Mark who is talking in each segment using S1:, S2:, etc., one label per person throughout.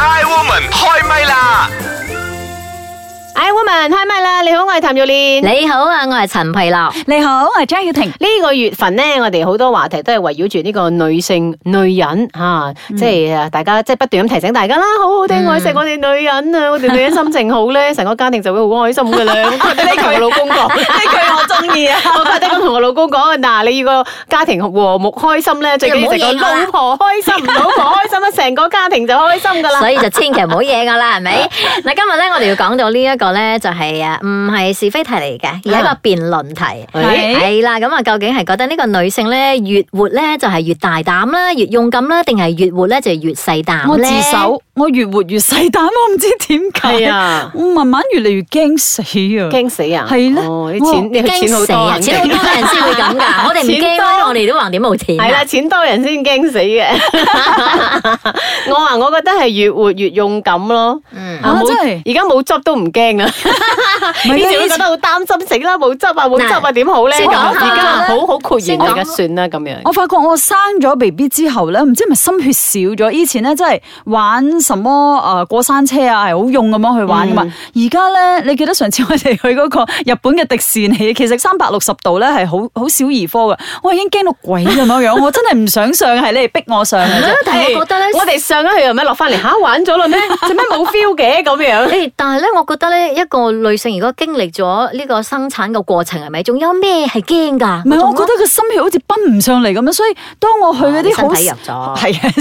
S1: I Woman 開唛啦！
S2: I Woman 開唛啦！你好，我係譚玉蓮。
S3: 你好啊，我係陳皮 樂。
S4: 你好，我係張曉婷。
S2: 呢個月份咧，我哋好多話題都係圍繞住呢個女性、女人吓、啊即係啊，大家即係不斷咁提醒大家啦，好好地愛錫我哋女人啊，我哋女人心情好咧，成個家庭就會好開心噶啦。我覺得同我老公 講，
S4: 呢句我中意啊！
S2: 我覺得咁同我老公講，嗱，你要個家庭和睦開心咧，最緊要就係個老婆開心，老婆開心咧，成個家庭就開心噶啦。
S3: 所以就千祈唔好嘢 噶啦，係咪？嗱，今日咧我哋要講到呢一個咧，就係啊，唔係是非題嚟嘅，而係一個辯論題。
S2: 係
S3: 係啦，咁啊，究竟係覺得呢個女性咧越活咧就係越大膽啦，越勇敢啦，定係越活咧就係越細膽
S4: 我
S3: 咧？
S4: 自首，我越活越細膽，我唔知點解。
S2: 係啊
S4: 我慢慢越嚟越驚死啊！
S2: 驚死啊！
S4: 係咧
S2: 哦你
S4: 哇
S2: 錢你
S3: 驚
S2: 錢好
S3: 死
S2: 多
S3: 啊！
S2: 肯定
S3: 錢好多人先會咁㗎，我哋 唔驚
S2: 錢多
S3: 咧，我哋都橫掂冇錢㗎。
S2: 係啦，錢多人先驚死 嘅。我話我覺得係越活越勇敢咯。
S3: 嗯
S2: 啊
S4: 啊
S2: 冇
S4: 真係
S2: 而家冇執都唔驚啦。
S4: 唔係啊
S2: 以前會覺
S4: 前
S2: 得好擔心，死啦冇執啊冇執啊
S3: 嗱
S2: 點好咧？
S3: 先講
S2: 而
S3: 下
S2: 家
S3: 啦
S2: 好好豁然
S3: 先講
S2: 嚟嘅，算啦咁樣。
S4: 我發覺我生咗 B B 之後咧，唔知係咪心血少咗？以前咧真係玩什麼誒、呃、過山車啊，係好用咁樣去玩噶嘛。
S2: 嗯
S4: 而家咧，你記得上次我哋去嗰個 日本嘅迪士尼，其實三百六十度咧係好好小兒科嘅，我已經驚到鬼咁樣樣，我真係唔想上，係你哋逼我上嘅 啫。
S3: 但係我覺得咧
S2: 誒我哋上咗去又咩落翻嚟吓玩咗 啦咩？做咩冇 feel 嘅咁樣？
S3: 誒，但係咧，我覺得咧，一個女性如果經歷咗呢個生產嘅過程，係咪仲有咩係驚㗎？
S4: 唔係，我
S3: 仲
S4: 覺得個心血好似奔唔上嚟咁樣，所以當我去嗰啲
S2: 哦
S3: 啊身
S4: 好
S3: 體弱咗
S4: 係啊，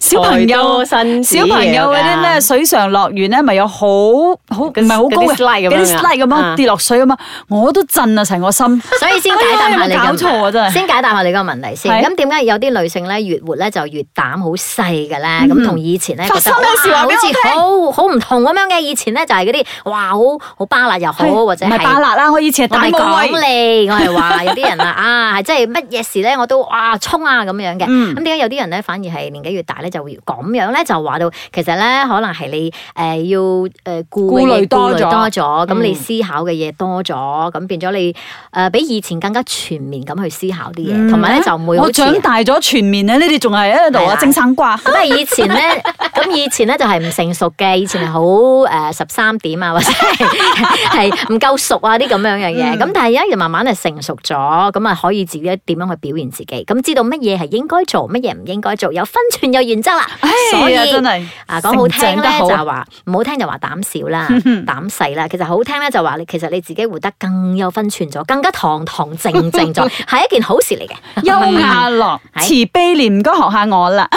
S4: 小朋友
S2: 太多新知
S4: 小朋友嗰啲
S2: 嘢㗎
S4: 咩水上樂園咧，咪有好
S2: 嗰啲嗰
S4: 好唔係好高
S2: 啲
S4: 嘅
S2: slide 咁樣
S4: 嗰啲
S2: 啊
S4: slide 咁
S2: 啊
S4: 樣跌落水咁啊，我都震啊成個心。
S3: 所以先解答下你
S4: 哎呀有冇搞
S3: 嘅
S4: 錯啊真係
S3: 先解答下你個問題先。
S4: 係
S3: 咁點解有啲女性咧越活咧就越膽好細嘅咧？咁同以前咧覺
S4: 嗯發
S3: 得
S4: 生咩事
S3: 哇
S4: 話
S3: 好
S4: 俾我
S3: 似
S4: 聽
S3: 好好唔同咁樣嘅。以前咧就係嗰啲哇好好巴辣又好，或者
S4: 唔係巴
S3: 係。
S4: 辣啦，我以前係
S3: 我
S4: 大
S3: 咪講
S4: 冇胃。
S3: 你，我係話有啲人啊，啊，係真係乜嘢事咧，我都哇衝啊咁樣嘅。
S4: 嗯
S3: 咁點解有啲人咧反而係年紀越大咧就會咁樣咧？就話到其實咧，可能係你誒、呃要誒、呃、顧嘅嘢
S4: 顧慮多
S3: 顧
S4: 咗
S3: 慮多咗，咁你
S2: 嗯
S3: 思考嘅嘢多咗，咁變咗你誒、呃比以前更加全面咁去思考啲嘢，
S4: 嗯
S3: 同埋咧就唔會好
S4: 我
S3: 似
S4: 長大咗全面咧，你哋仲係喺度
S3: 係
S4: 啊
S3: 啦
S4: 蒸生瓜。
S3: 咁啊！以前 咧，咁以前咧就係唔成熟嘅，以前係好誒十三點啊，或者係係唔夠熟啊啲咁樣樣嘢。
S4: 嗯
S3: 咁、但係而家就慢慢係成熟咗，咁啊可以自己點樣去表現自己，咁知道乜嘢係應該做，乜嘢唔應該做，有分寸有原則啦。所
S4: 哎
S3: 以
S4: 呀，真係
S3: 啊，講好聽
S4: 成長得
S3: 咧就
S4: 好
S3: 係話唔好聽就話膽小啦、 膽細啦，其實好聽咧就話你其實你自己活得更有分寸咗，更加堂堂正正 咗，係一件好事嚟嘅。
S4: 優雅樂、
S3: 係
S4: 慈悲憐，唔該學下我啦，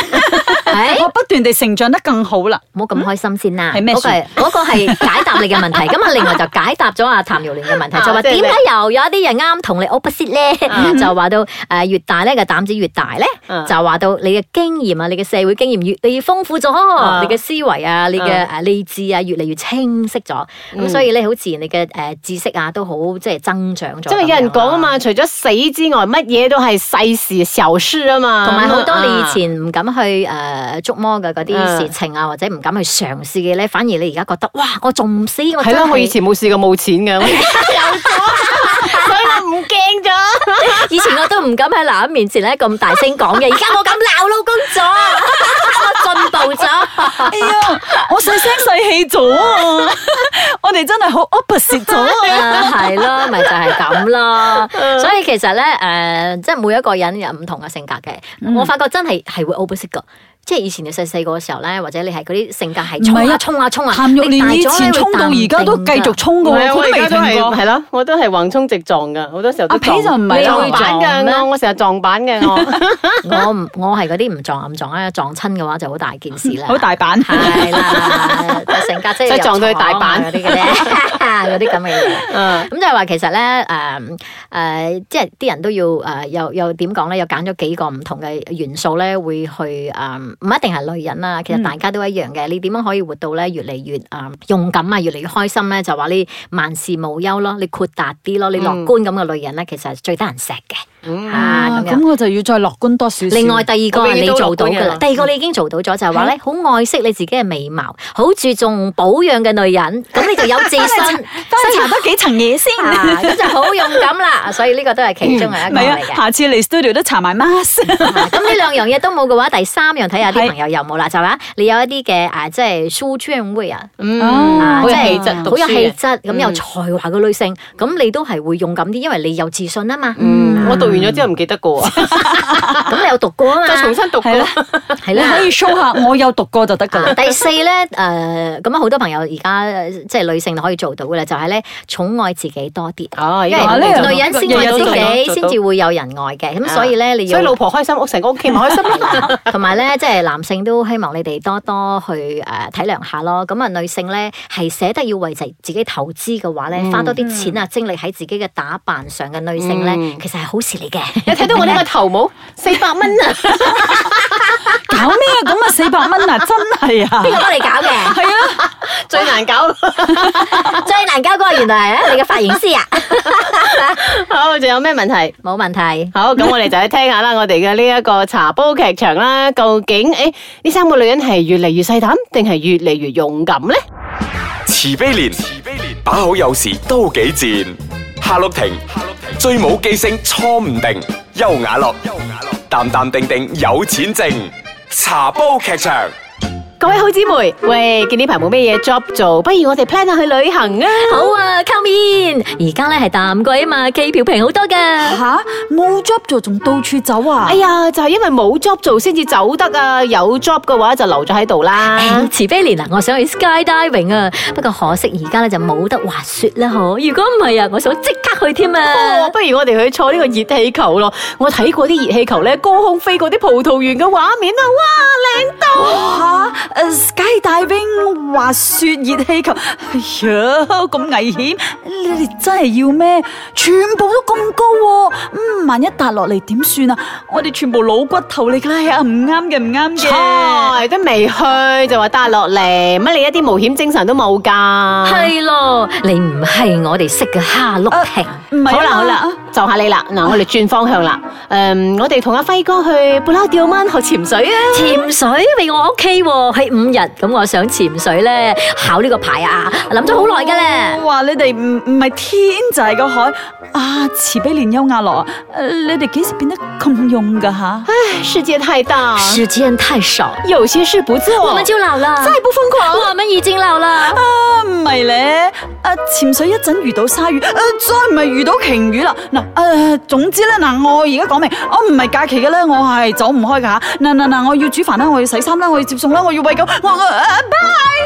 S3: 係
S4: 我不斷地成長得更好啦。
S3: 唔好
S2: 嗯
S3: 咁開心先啦。
S4: 係咩
S3: 嗰個係 嗰個係解答你嘅 問題。咁啊，另外就解答咗阿譚耀蓮嘅問題，就話
S2: 啊即係
S3: 點
S2: 你
S3: 解又有一啲人啱同你 opposite 咧？就話到誒越大咧個膽子越大咧
S2: 啊，
S3: 就話到你嘅經驗啊，你嘅社會經驗越嚟越豐富咗
S2: 啊，嗯
S3: 你嘅思維啊，你嘅誒理智啊越嚟越清晰咗。咁所以咧，好自然你嘅誒知識啊都好即係增長咗。
S2: 即係有人講啊。嘛，除咗死之外，乜嘢都係世事小事啊嘛。
S3: 同埋好多你以
S2: 啊
S3: 前唔敢去誒、呃、觸摸嘅嗰啲
S4: 嗯
S3: 事情啊，或者唔敢去嘗試嘅咧，反而你而家覺得哇，我仲唔死，我
S2: 係
S3: 真
S2: 啦，
S3: 係
S2: 我以前冇試過冇錢嘅，我而家 有咗，所以我唔驚咗。
S3: 以前我都唔敢喺男人面前咧咁大聲講嘅，而家我敢鬧老公咗， 我進步 咗。
S4: 哎呀，我細聲細氣咗啊！我哋真係好 opposite 咗啊。
S3: 啊，係咯，咪就係咁咯。所以其實咧，誒、即係每一個人有唔同嘅性格嘅。
S4: 嗯
S3: 我發覺真係係會 opposite 噶。即係以前你細細個嘅時候咧，或者你係嗰啲性格係衝
S4: 唔係
S3: 啊
S4: 啊
S3: 衝啊衝啊，
S4: 譚玉
S3: 你大
S4: 蓮以
S3: 咗咧會
S4: 前衝到而家都
S3: 淡
S4: 繼
S3: 定㗎
S4: 續衝
S2: 唔
S4: 噶，
S2: 係啊，
S4: 佢
S2: 我
S4: 都
S2: 而
S4: 未
S2: 家都係
S4: 停過。
S2: 係咯，我都係橫衝直撞噶，好多時候都
S4: 阿皮就唔係啊
S2: 撞
S4: 會
S2: 板
S3: 撞咩
S2: 㗎，我我成日撞板嘅我。
S3: 我唔我係嗰啲唔撞暗撞咧，撞親嘅話就好大件事啦。
S4: 好大版，
S3: 係啦，成架車
S2: 即係撞到去大阪
S3: 啊嗰啲嘅咧， 嗰啲咁嘅嘢。
S2: 嗯
S3: 咁就係話其實咧，誒、誒、即係啲人都要誒、又又點講咧？又揀咗幾個唔同嘅元素咧，會去誒，唔、一定係女人啦，
S2: 嗯
S3: 其實大家都一樣嘅。你點樣可以活到咧越嚟越誒、勇敢啊，越嚟越開心
S2: 嗯
S3: 咧？就話你萬事無憂咯，你豁達啲咯，你樂觀咁嘅女人咧，其實係最得人錫嘅。啊
S4: 啊
S3: 咁樣
S4: 咁我就要再樂觀多少少。
S3: 另外第二個
S2: 我永
S3: 係
S2: 遠
S3: 你
S2: 都
S3: 做到
S2: 樂觀
S3: 㗎
S2: 嘅
S3: 啦，第二個你已經做到咗，就係話咧，好愛惜你自己嘅美貌，好注重保養嘅女人，咁你就有 自信，所以
S4: 翻去查多幾層嘢先。
S3: 啊咁就好勇 敢啦。所以呢個都係其中嘅
S2: 嗯
S3: 一
S4: 唔
S3: 個
S4: 係啊
S3: 嚟，嘅。
S4: 下次嚟 studio 都查埋 mask。
S3: 啊咁呢兩樣嘢都冇嘅話，第三樣睇下啲
S4: 係
S3: 朋友有冇啦，就係話你有一啲嘅啊，即係書專會啊。
S2: 嗯，
S4: 啊
S2: 好有
S3: 即係
S2: 氣質，嗯讀
S3: 好
S2: 書
S3: 有
S2: 啊
S3: 氣
S2: 嘅。
S3: 質，咁有才華嘅女性，咁你都係會勇敢啲，因為你有自信啊嘛。
S2: 嗯，我讀完咗之後唔記得過啊，
S3: 咁你有讀過啊 嘛，
S2: 再重新讀過
S4: 係。啦，
S3: 係
S4: 你
S3: 啦
S4: 可以 show 下我有讀過就得㗎
S3: 啊
S4: 啦。
S3: 第四咧，誒咁啊，好多朋友而家呃即係女性可以做到嘅咧，就係咧寵愛自己多啲，
S2: 哦，
S3: 因
S2: 呢個
S4: 啊呢
S2: 我
S4: 樣
S2: 做到
S3: 為女人先愛
S2: 日日都做到
S3: 自己，
S2: 做
S3: 先
S2: 到
S3: 至會有人愛嘅。咁所以咧，你
S2: 所以老
S3: 要
S2: 婆開心，屋成個屋企咪開心咯。
S3: 同埋咧，即係男性都希望你哋多多去誒體諒下咯。咁啊，女性咧係捨得要為自自己投資嘅話
S2: 嗯
S3: 咧，花多啲錢啊精力喺自己嘅打扮上嘅女性咧，
S2: 嗯
S3: 其實係好事嚟 嘅。
S2: 你睇到我呢個頭冇？四百蚊 啊！
S4: 搞咩啊？咁啊四百蚊啊，真係 啊！
S3: 邊個幫你搞嘅？
S4: 係啊，
S2: 最難搞。
S3: 最難搞嗰個原來係你嘅髮型師啊！
S2: 好，仲有咩問題？
S3: 冇問題，
S2: 好，咁我哋就去聽下啦，我哋嘅呢一個茶煲劇場啦，究竟诶呢三個女人係越嚟越細膽，定係越嚟越勇敢咧？
S1: 慈悲蓮，慈悲蓮，把口有時都幾賤。夏綠庭，夏綠庭，最冇記性錯唔定。優雅樂，優雅樂，淡淡定定有錢剩。茶煲劇場，
S2: 各位好姊妹，喂，見呢排冇咩嘢 job 做，不如我哋 plan 下去旅行啊！
S3: 好啊，come in。而家咧係淡季啊嘛，機票平好多噶。
S4: 吓冇 job 做仲到處走啊
S2: 哎！呀，就係因為冇 job 做先至走得啊，有 job 嘅話就留咗喺度啦。
S3: 唉慈悲蓮啊，我想去 skydiving 啊，不過可惜而家咧就冇得滑雪啦，嗬。如果唔係啊，我想即刻去添
S2: 哦
S3: 啊。
S2: 不如我哋去坐呢個熱氣球咯！我睇過啲熱氣球咧，高空飛過啲葡萄園嘅畫面啊，哇，靚到！
S4: 吓誒 Ờ, skydiving 滑雪熱氣球，哎呀咁危險！你哋真係要咩？全部都咁高喎、嗯，萬一跌落嚟點算啊？我哋全部老骨頭嚟㗎，哎呀唔啱嘅，唔啱嘅。
S2: 菜都未去就話帶落嚟，乜你一啲冒險精神都冇噶？
S3: 係啊咯，你唔係我哋識嘅蝦碌亭。
S4: 唔係啊
S2: 好啦
S4: 嘛
S2: 好啦，就下你啦。嗱，我哋轉方向啦。诶、我哋同阿輝哥去布拉吊灣學潛水啊！
S3: 潛水俾我 OK 喎，喺五日咁，我想潛水咧考呢個牌啊，諗咗好耐噶咧。
S4: 我話你哋唔唔係天就係個海啊！慈悲蓮優雅樂啊，誒你哋幾時變得咁勇㗎吓？
S2: 唉，世界太大，
S3: 時間太少，
S2: 有些事不
S3: 哦我
S2: 做
S3: 們。就老了，
S4: 不瘋狂
S3: 我們已經老了。
S4: 啊，唔係咧，啊潛水一陣遇到鯊魚，啊再唔係遇到鯨魚啦。嗱、啊，總之咧，嗱、我而家講明，我唔係假期嘅咧，我係走唔開㗎吓。嗱嗱嗱，我要煮飯啦，我要洗衫啦，我要接送啦，我要喂狗，我我啊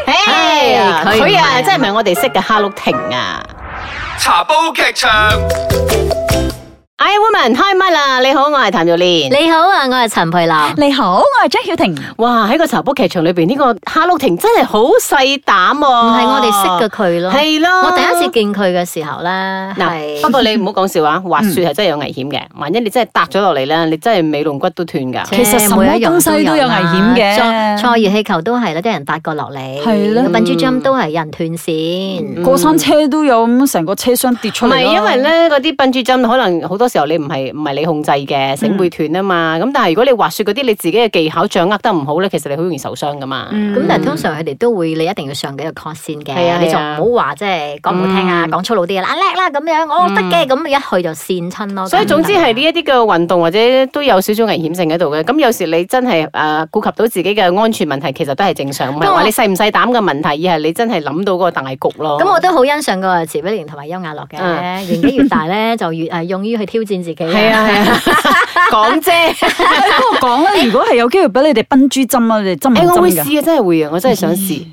S2: 唉，
S3: 佢唔
S2: 佢啊，
S3: 係
S2: 真係唔係我哋識嘅哈陸婷啊！
S1: 茶煲劇場。
S2: I woman 開唛啦！你好，我係譚玉蓮。
S3: 你好啊，我係陳佩琳。
S4: 你好，我係張曉婷。
S2: 哇！喺個茶煲劇場裏边，呢、個哈陸婷真係好細膽喎，
S3: 唔
S2: 唔
S3: 係我哋識嘅佢咯。
S2: 係咯。
S3: 我第一次見佢嘅時候咧，係
S2: 嗱，不過你唔好講笑話，滑雪係真係有危險嘅。萬一你真係搭咗落嚟咧，你真係尾龍骨都斷㗎。
S4: 其實什麼
S3: 每一樣
S4: 東西都有危險嘅
S3: 啦坐坐熱氣球都係啦，啲人搭過落嚟。
S4: 係啦
S3: 笨豬 jump 都係有人斷線。
S4: 過山車都有咁成個車廂跌出
S2: 同
S4: 嚟啊
S2: 埋
S4: 啦，
S2: 因為咧，嗰啲笨豬針可能好多時候你唔係唔係你控制嘅，繩會斷啊嘛。咁但係如果你滑雪嗰啲你自己嘅技巧掌握得唔好咧，其實你好容易受傷噶嘛。
S3: 咁但係通常佢哋都會，你一定要上幾個 course 先
S2: 係啊
S3: 嘅，你就
S2: 係啊
S3: 唔好話即係講唔好聽啊，講粗魯啲啦，啊叻啦咁樣，我得嘅，咁一去就跣親咯。
S2: 所以總之
S3: 咁
S2: 係呢一啲嘅運動或者都有少少危險性喺度嘅。咁有時你真係誒、呃、顧及到自己嘅安全問題，其實都係正常，唔係
S3: 不過
S2: 話你細唔細膽嘅問題，而係你真係諗到嗰個大局咯。
S3: 咁我都好欣賞個慈悲蓮同埋優雅樂嘅，
S2: 嗯
S3: 年紀越大咧就越誒勇於去挑戰自己。
S2: 係啊係啊，講啫。
S4: 不過講咧，如果係有機會俾你哋笨豬針啊，你哋針唔
S2: 誒、我會
S4: 針㗎？
S2: 試啊，真係會啊，我真係想試。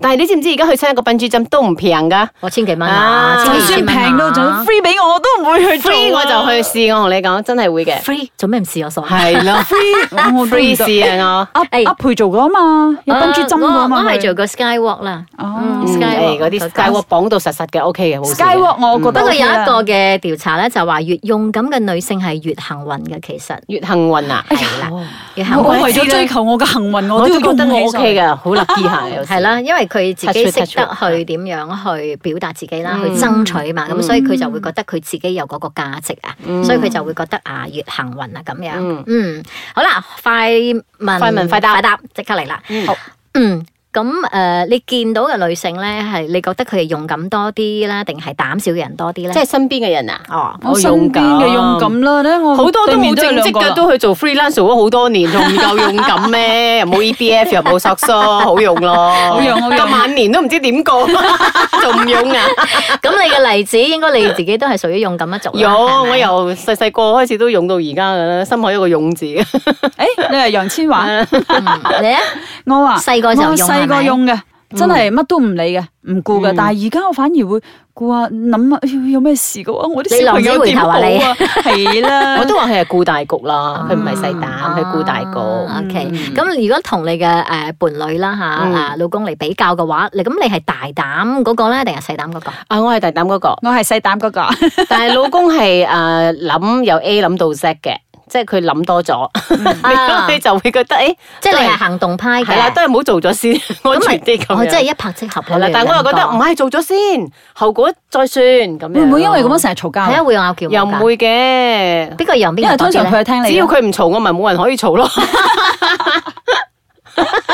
S2: 但係你知唔知而家去親一個笨豬針都唔平㗎？
S3: 我千幾蚊
S2: 啊
S3: 啊，千
S4: 就
S3: 幾
S4: 算
S3: 千蚊啊
S4: 平到仲 free 俾我，我都唔會去做啊
S2: free 我就去試，我同你講，真係會嘅。
S3: free，做咩唔試我傻？
S2: 係 咯
S4: free，我我都唔
S2: ，free
S4: 得
S2: 試啊
S4: 阿
S3: 哎
S4: 阿培做噶嘛，有
S3: 啊
S4: 笨豬針噶
S3: 我
S4: 嘛，
S3: 我係
S4: 佢
S3: 做過 skywalk 啦。
S4: 哦
S2: 我。
S3: 嗯
S2: 嗯，誒
S3: Skywalk，
S2: 嗰啲
S3: 佢
S2: skywalk 綁到實實嘅，OK 嘅，冇事嘅
S4: Skywalk 我
S3: 嗯
S4: 覺
S3: 不
S4: 得
S3: 過有
S4: OK
S3: 一
S4: 啊
S3: 個嘅調查咧，就話越勇敢嘅女性係越幸運嘅，其實
S2: 越幸運啊！
S3: 係啦，越幸
S4: 我
S3: 運
S4: 為咗追求我嘅幸運，我
S2: 我
S4: 都
S2: 都
S4: 要
S2: 覺
S4: 用
S2: 得我
S4: 我
S2: OK
S4: 嘅。
S2: 㗎，好 lucky 下有時
S3: 係啦，因為佢自
S2: Touch
S3: 己
S2: wood，
S3: 識
S2: touch
S3: 得
S2: wood
S3: 去點樣去表達自己啦，去
S2: 嗯
S3: 爭取嘛，咁
S2: 嗯
S3: 所以佢就會覺得佢自己有嗰個價值啊，
S2: 嗯
S3: 所以佢就會覺得啊越行運啊咁樣
S2: 嗯。
S3: 嗯，好啦，快問
S2: 快問快答
S3: 快答，即刻嚟啦。
S2: 嗯
S3: 好，嗯。咁誒、呃你見到嘅女性咧，係你覺得佢哋勇敢多啲啦，定係膽小嘅人多啲咧？
S2: 即係身邊嘅人啊，
S3: 哦，
S4: 我身邊嘅勇敢啦，咧我
S2: 好多都
S4: 對面
S2: 冇
S4: 有
S2: 正
S4: 兩
S2: 職
S4: 個啦
S2: 嘅，都去做 freelance 做咗好多年，仲唔夠勇 敢咩？又冇 EBF，又冇索疏，好用咯，好
S4: 用好用
S2: 咁晚年都唔知點過， 仲唔用啊？
S3: 咁你嘅例子應該你自己都係屬於勇敢一族啦。
S2: 有，
S3: 係咪
S2: 我由細細個開始都用到而家噶啦，心海有個勇字，
S4: 誒，你係楊千嬅，
S3: 嗯你咧
S4: 我話
S3: 細個就用
S4: 我細
S3: 係咪
S4: 個用嘅。真係乜都唔理嘅，唔顧嘅。但係而家我反而會顧下諗啊，哎呀有咩事嘅話，我啲小朋友點好啊？
S3: 你
S4: 係 啦，
S2: 我都話佢係顧大局啦，佢唔係細
S3: 啊
S2: 膽，佢顧大局。
S3: OK，咁如果同你嘅誒伴侶啦嚇
S2: 嗯
S3: 啊老公嚟比較嘅話，你咁你係大膽嗰個咧，定係細膽嗰個？
S2: 啊，我係大膽嗰個。
S4: 我係細膽嗰個。
S2: 但係老公係诶諗由 A 諗到 Z 嘅，即係佢諗多咗，
S3: 啊
S2: 咁你就會覺得诶，
S3: 即係你係行動派
S2: 系啦，
S3: 嘅
S2: 都，係唔好做咗先，安全啲咁
S3: 我真係
S2: 樣。
S3: 一哦拍即合
S2: 係啦，但係我又覺得唔係做咗先，後果再算咁樣。
S4: 會唔會因為咁樣成日嘈交
S3: 係
S4: 啊？
S3: 啊會拗撬，
S2: 又唔，會嘅，
S3: 邊個讓
S4: 因
S3: 邊
S4: 為
S3: 個多
S4: 通
S3: 啲
S4: 常
S3: 呢
S4: 佢係聽你嘅，
S2: 只要佢唔嘈，我咪冇人可以嘈咯。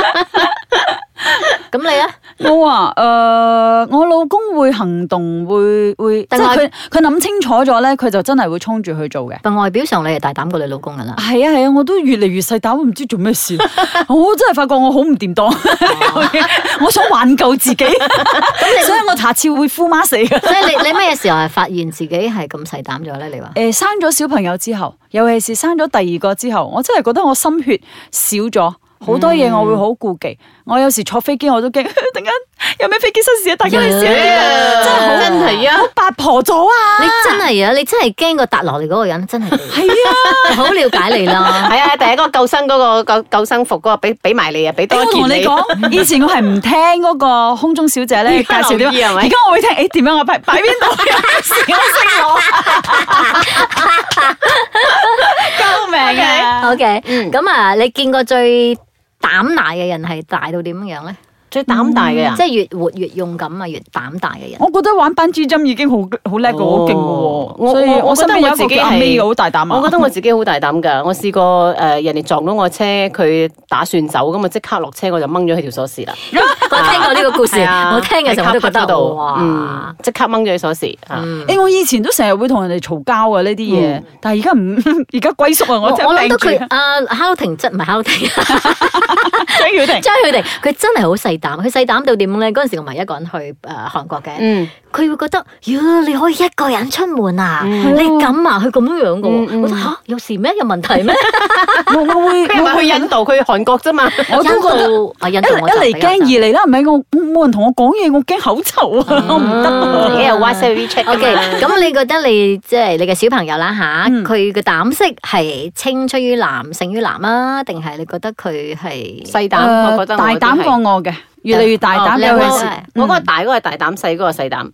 S3: 咁你咧？
S4: 我話誒、我老公會行動，會會即
S3: 但
S4: 係
S3: 係
S4: 佢佢諗清楚咗咧，佢就真係會衝住去做嘅。
S3: 但外表上你係大膽過你老公㗎啦。
S4: 係啊係啊，我都越嚟越細膽，我唔知做咩事。 我真係發覺我好唔掂當，
S2: 哦
S4: 我想挽救自己， 所以我下次會呼媽死嘅。
S3: 所以你你咩時候係發現自己係咁細膽咗咧？你話？
S4: 誒、生咗小朋友之後，尤其是生咗第二個之後，我真係覺得我心血少咗。好多
S2: 嗯
S4: 嘢我會好顧忌，我有時坐飛機我都驚， 突然間有咩飛機失事啊，大家去死啊！真係好
S2: 真係啊！
S4: 好八婆咗啊！
S3: 你真係啊！你真係驚個搭落嚟嗰個人真係你，
S4: 係啊。
S3: 好了解你 啦。
S2: 係啊，第一個救生嗰個救救生服嗰個俾俾埋你啊，俾多
S4: 我
S2: 一件
S4: 同 你講，以前我係唔聽嗰個空中小姐咧
S2: 而
S4: 介
S2: 家
S4: 紹點
S2: 留意
S4: 樣，
S2: 係咪
S4: 而家我會聽，誒點樣啊我擺擺邊度？ 有時我識我，救命啊！
S3: O K，咁啊，你見過最膽大嘅人係大到點樣咧？
S2: 最膽大嘅人
S3: 即。係越活越勇敢啊，越膽大嘅人。
S4: 嗯我覺得玩班珠針已經好好叻嘅，好勁
S2: 哦
S4: 嘅喎。
S2: 我
S4: 所以
S2: 我
S4: 我身邊有
S2: 我覺得我自
S4: 一
S2: 己
S4: 個叫阿
S2: 係
S4: May 嘅好大膽啊。
S2: 我覺得我自己好大膽㗎，我試過誒、呃人哋撞到我車，佢打算走，咁我即刻落車，我就掹咗佢條鎖匙啦。
S3: 我聽過呢個故事，
S2: 係啊
S3: 我聽嘅時候我都覺
S2: 喺 car park 嗰
S3: 得
S2: 度
S3: 哇
S2: 嗯，，即刻掹咗佢鎖匙啊！
S4: 誒，我以前都成日會同人哋嘈交啊呢啲嘢，
S2: 嗯
S4: 但係而家唔 而家歸宿啊，
S3: 我
S4: 我真
S3: 我
S4: 係
S3: 諗
S4: 頂
S3: 到
S4: 住
S3: 佢啊，烤婷真唔係烤婷，
S4: 張曉婷。
S3: 張佢哋佢真係好細膽，佢細膽到點咧？嗰陣時我咪一個人去誒韓國嘅，
S2: 嗯，
S3: 佢會覺得，呀你可以一個人出門啊？
S4: 嗯
S3: 你咁啊？佢咁樣樣嘅
S2: 嗯
S3: 喎，
S2: 嗯
S3: 我覺得嚇有事咩？有問題咩？
S4: 我 我會
S2: 佢唔係
S4: 我
S2: 去印度，佢去韓國啫嘛。
S4: 我都覺得。
S3: 印度啊，印
S4: 一
S3: 度我就
S4: 嚟一嚟
S3: 比較
S4: 驚，
S3: 膽
S4: 二嚟啦，唔係我冇人同我講嘢，我驚口臭
S2: 嗯
S4: 啊，我唔得
S2: 自
S4: 啊。
S2: 己有 WhatsApp WeChat 㗎
S3: O
S2: 嘛
S3: K，咁啊你覺得你即係你嘅小朋友啦吓，
S4: 嗯
S3: 佢嘅膽色係青出於藍勝於藍啊，定係你覺得佢係
S2: 細膽，我覺得
S4: 大
S2: 我都係
S4: 膽過我嘅，嗯越嚟越大
S2: 哦
S4: 膽
S2: 你
S3: 有
S4: 尤
S2: 嗰
S4: 其
S2: 個
S4: 是
S3: 係
S2: 我嗰個大嗰個係大膽，細嗰個細膽，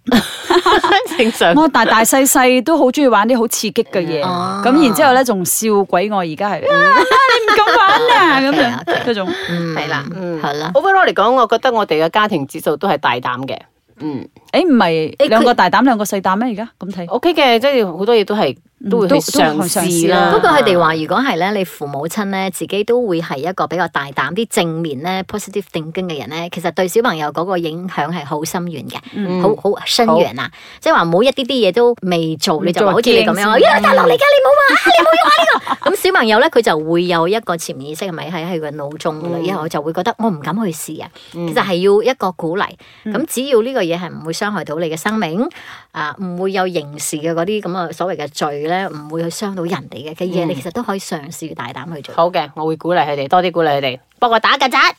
S2: 正常。
S4: 我大大細細都好中意玩啲好刺激嘅嘢，
S3: 哦
S4: 咁然之後咧仲笑鬼我而家嗯係，啊你唔敢 玩啊咁樣
S3: OK，OK
S4: 嗰種。
S3: 嗯
S2: 係啦嗯
S3: 係啦。
S2: overall 嚟講，我覺得我哋嘅家庭指數都係大膽嘅。嗯
S4: 誒唔係
S3: 佢
S4: 兩個大膽兩個細膽咩？而家咁睇，
S2: ，OK 嘅，即係好多嘢都係都會去
S4: 都都
S2: 嘗
S4: 去嘗
S2: 試
S4: 試
S2: 啦。
S4: 啦
S3: 不過佢哋話，如果係咧，你父母親咧，自己都會係一個比較大膽啲、正面咧、positive thinking 嘅人咧，其實對小朋友嗰個影響係好深遠嘅，好好深遠啊！即係話唔好一啲啲嘢都未做，你就話好似你咁樣，哎
S4: 驚先
S3: 呀大陸嚟㗎，你冇話，你冇用啊呢個。咁 小朋友咧，佢就會有一個潛意識係咪喺佢個腦中㗎啦？以後就會覺得我唔敢去試啊。其實係要一個鼓勵，咁只要呢個嘢係唔會傷害到你嘅生命。啊，唔會有刑事嘅嗰啲咁嘅所謂嘅罪咧，唔會去傷到人哋嘅嘅嘢，你其實都可以嘗試大膽去做。
S2: 好嘅，我會鼓勵佢哋，多啲鼓勵佢哋。不過打曱甴，